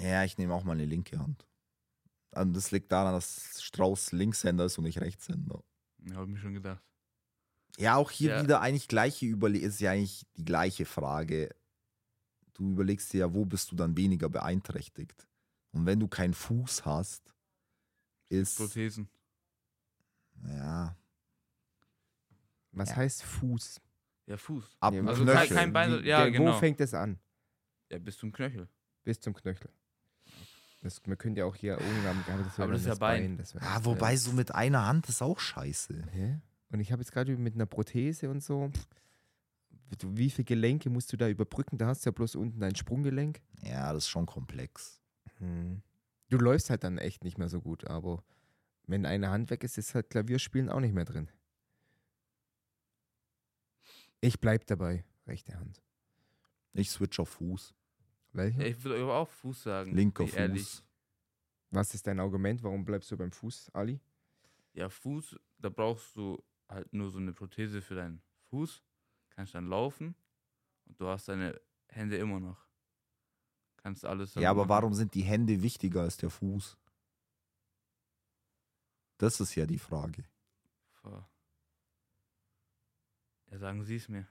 B: Ja, ich nehme auch meine linke Hand. Und das liegt daran, dass Strauß Linkshänder ist und ich Rechtshänder.
C: Ja, habe ich mir schon gedacht.
B: Ja, auch hier
C: Ja.
B: wieder eigentlich gleiche Überle ist ja eigentlich die gleiche Frage. Du überlegst dir ja, wo bist du dann weniger beeinträchtigt? Und wenn du keinen Fuß hast, ist
C: Prothesen.
B: ja
A: Was
B: Ja.
A: heißt Fuß?
C: Ja, Fuß.
B: ab
A: Ja,
B: dem
A: also
C: kein-
B: Knöchel.
C: kein Bein-
A: Wie,
C: ja,
A: der,
C: genau.
A: Wo fängt es an?
C: Ja, bis zum Knöchel.
A: Bis zum Knöchel. Das, man könnte ja auch hier ohne Namen aber das wäre
C: Aber
A: dann
C: das ist ja Bein. Ah,
A: das wäre
B: ja,
A: das
B: wobei so mit einer Hand ist auch scheiße.
A: Bein. Hä? Und ich habe jetzt gerade mit einer Prothese und so. pff, Du, wie viele Gelenke musst du da überbrücken? Da hast du ja bloß unten dein Sprunggelenk.
B: Ja, das ist schon komplex.
A: Mhm. Du läufst halt dann echt nicht mehr so gut, aber wenn eine Hand weg ist, ist halt Klavierspielen auch nicht mehr drin. Ich bleib dabei, rechte Hand.
B: Ich switch auf Fuß,
A: Welche?
C: Ja, ich würde aber auch Fuß sagen.
B: Hm. linker
C: bin ich
B: Fuß.
C: Ehrlich.
A: Was ist dein Argument? Warum bleibst du beim Fuß, Ali?
C: Ja, Fuß, da brauchst du halt nur so eine Prothese für deinen Fuß. Kannst dann laufen und du hast deine Hände immer noch. Kannst alles. damit
B: Ja, aber
C: machen.
B: warum sind die Hände wichtiger als der Fuß? Das ist ja die Frage.
C: Boah. Ja, sagen Sie es mir.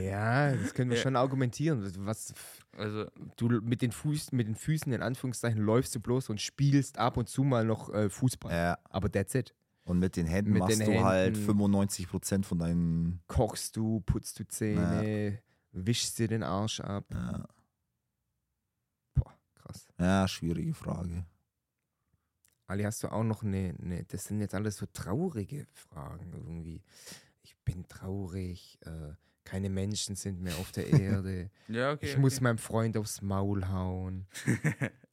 A: Ja, das können wir
C: Ja.
A: schon argumentieren. Was,
C: Also,
A: du mit den, Fuß, mit den Füßen in Anführungszeichen läufst du bloß und spielst ab und zu mal noch äh, Fußball.
B: Ja,
A: Aber that's it.
B: und mit den Händen
A: Mit
B: machst
A: den
B: du halt
A: Händen.
B: 95% von deinen.
A: Kochst du, putzt du Zähne, wischst dir den Arsch ab.
B: Ja,
A: Boah, krass.
B: ja schwierige Frage.
A: Ali, hast du auch noch eine, eine. Das sind jetzt alles so traurige Fragen irgendwie. Ich bin traurig, äh, keine Menschen sind mehr auf der Erde.
C: ja, okay.
A: ich muss meinem Freund aufs Maul hauen.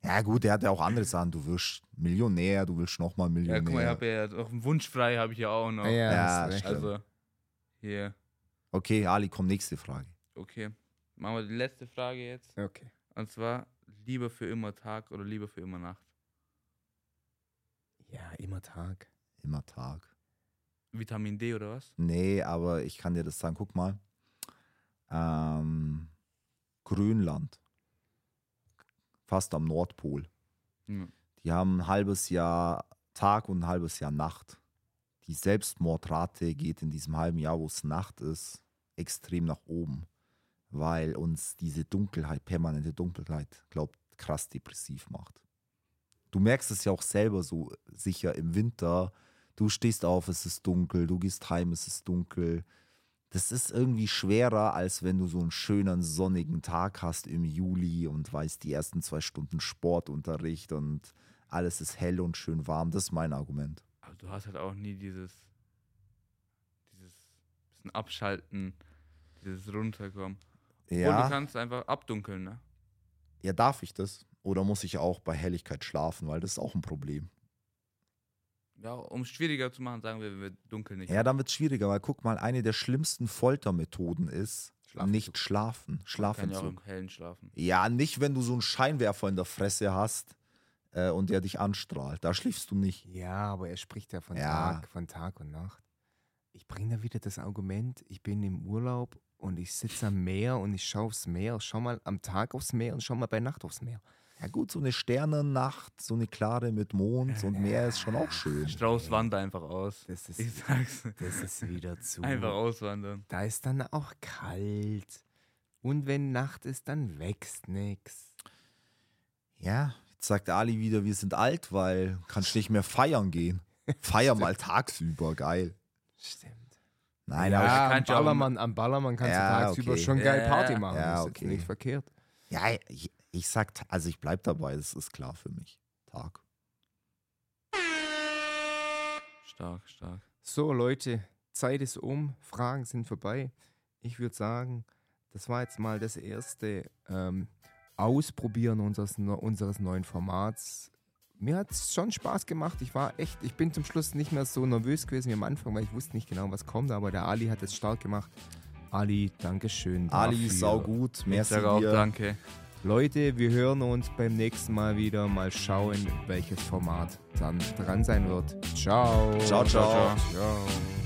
B: Ja, gut, der hat ja auch andere Sachen. Du wirst Millionär, du willst nochmal
C: Ja, guck mal, ich
B: Millionär.
C: habe ja auch einen Wunsch frei, habe ich ja auch noch.
B: Ja,
A: hast recht.
B: stimmt.
C: Also, hier,
B: okay, Ali, komm, nächste Frage.
C: okay. Machen wir die letzte Frage jetzt.
A: Okay.
C: Und zwar, lieber für immer Tag oder lieber für immer Nacht?
A: Ja, immer Tag.
B: Immer Tag.
C: Vitamin D oder was?
B: Nee, aber ich kann dir das sagen. Guck mal. Ähm, Grönland. Fast am Nordpol.
C: Ja.
B: Die haben ein halbes Jahr Tag und ein halbes Jahr Nacht. Die Selbstmordrate geht in diesem halben Jahr, wo es Nacht ist, extrem nach oben, weil uns diese Dunkelheit, permanente Dunkelheit, glaubt, krass depressiv macht. Du merkst es ja auch selber so sicher im Winter. Du stehst auf, es ist dunkel, du gehst heim, es ist dunkel. Das ist irgendwie schwerer, als wenn du so einen schönen sonnigen Tag hast im Juli und weißt, die ersten zwei Stunden Sportunterricht und alles ist hell und schön warm. Das ist mein Argument.
C: Aber du hast halt auch nie dieses, dieses bisschen Abschalten, dieses Runterkommen. Und du
B: Ja,
C: kannst einfach abdunkeln, ne?
B: ja, darf ich das? Oder muss ich auch bei Helligkeit schlafen, weil das ist auch ein Problem.
C: Ja, um es schwieriger zu machen, sagen wir, wir dunkeln nicht.
B: Ja, dann wird es schwieriger, weil guck mal, eine der schlimmsten Foltermethoden ist,
A: Schlafentzug.
B: nicht schlafen,
C: Man kann ja auch
B: Schlafentzug.
C: im Hellen schlafen.
B: Ja, nicht, wenn du so einen Scheinwerfer in der Fresse hast äh, und der dich anstrahlt. Da schläfst du nicht.
A: Ja, aber er spricht ja von,
B: Ja.
A: Tag, von Tag und Nacht. Ich bringe da wieder das Argument, ich bin im Urlaub und ich sitze am Meer und ich schaue aufs Meer. Schau mal am Tag aufs Meer und schau mal bei Nacht aufs Meer.
B: Ja gut, so eine Sternennacht, so eine klare mit Mond und Meer ist schon auch schön.
C: Strauß wandert einfach aus.
A: Das ist,
C: Ich sag's.
A: das ist wieder zu.
C: Einfach auswandern.
A: Da ist dann auch kalt. Und wenn Nacht ist, dann wächst nix.
B: Ja, jetzt sagt Ali wieder, wir sind alt, weil kannst nicht mehr feiern gehen. Feier mal tagsüber, geil.
A: Stimmt.
B: Nein,
A: ja,
B: aber ich,
A: am,
C: kannst ja auch-
A: Ballermann, am Ballermann kannst
B: Ja,
A: du tagsüber
B: okay.
A: schon geil
C: Ja,
A: Party machen.
B: ja,
A: das ist
B: okay.
A: jetzt nicht verkehrt.
B: ja, ich, ich sag, ta- also ich bleib dabei, das ist klar für mich. Tag.
C: Stark, stark.
A: So, Leute, Zeit ist um, Fragen sind vorbei. Ich würde sagen, das war jetzt mal das erste ähm, Ausprobieren unseres, ne- unseres neuen Formats. Mir hat es schon Spaß gemacht. Ich war echt, ich bin zum Schluss nicht mehr so nervös gewesen wie am Anfang, weil ich wusste nicht genau, was kommt, aber der Ali hat es stark gemacht. Ali, Dankeschön.
B: Ali,
A: dafür.
B: saugut,
C: Ich
B: merci
C: sag auch
B: dir.
C: danke.
A: Leute, wir hören uns beim nächsten Mal wieder. Mal schauen, welches Format dann dran sein wird. Ciao.
B: Ciao, ciao.
A: ciao.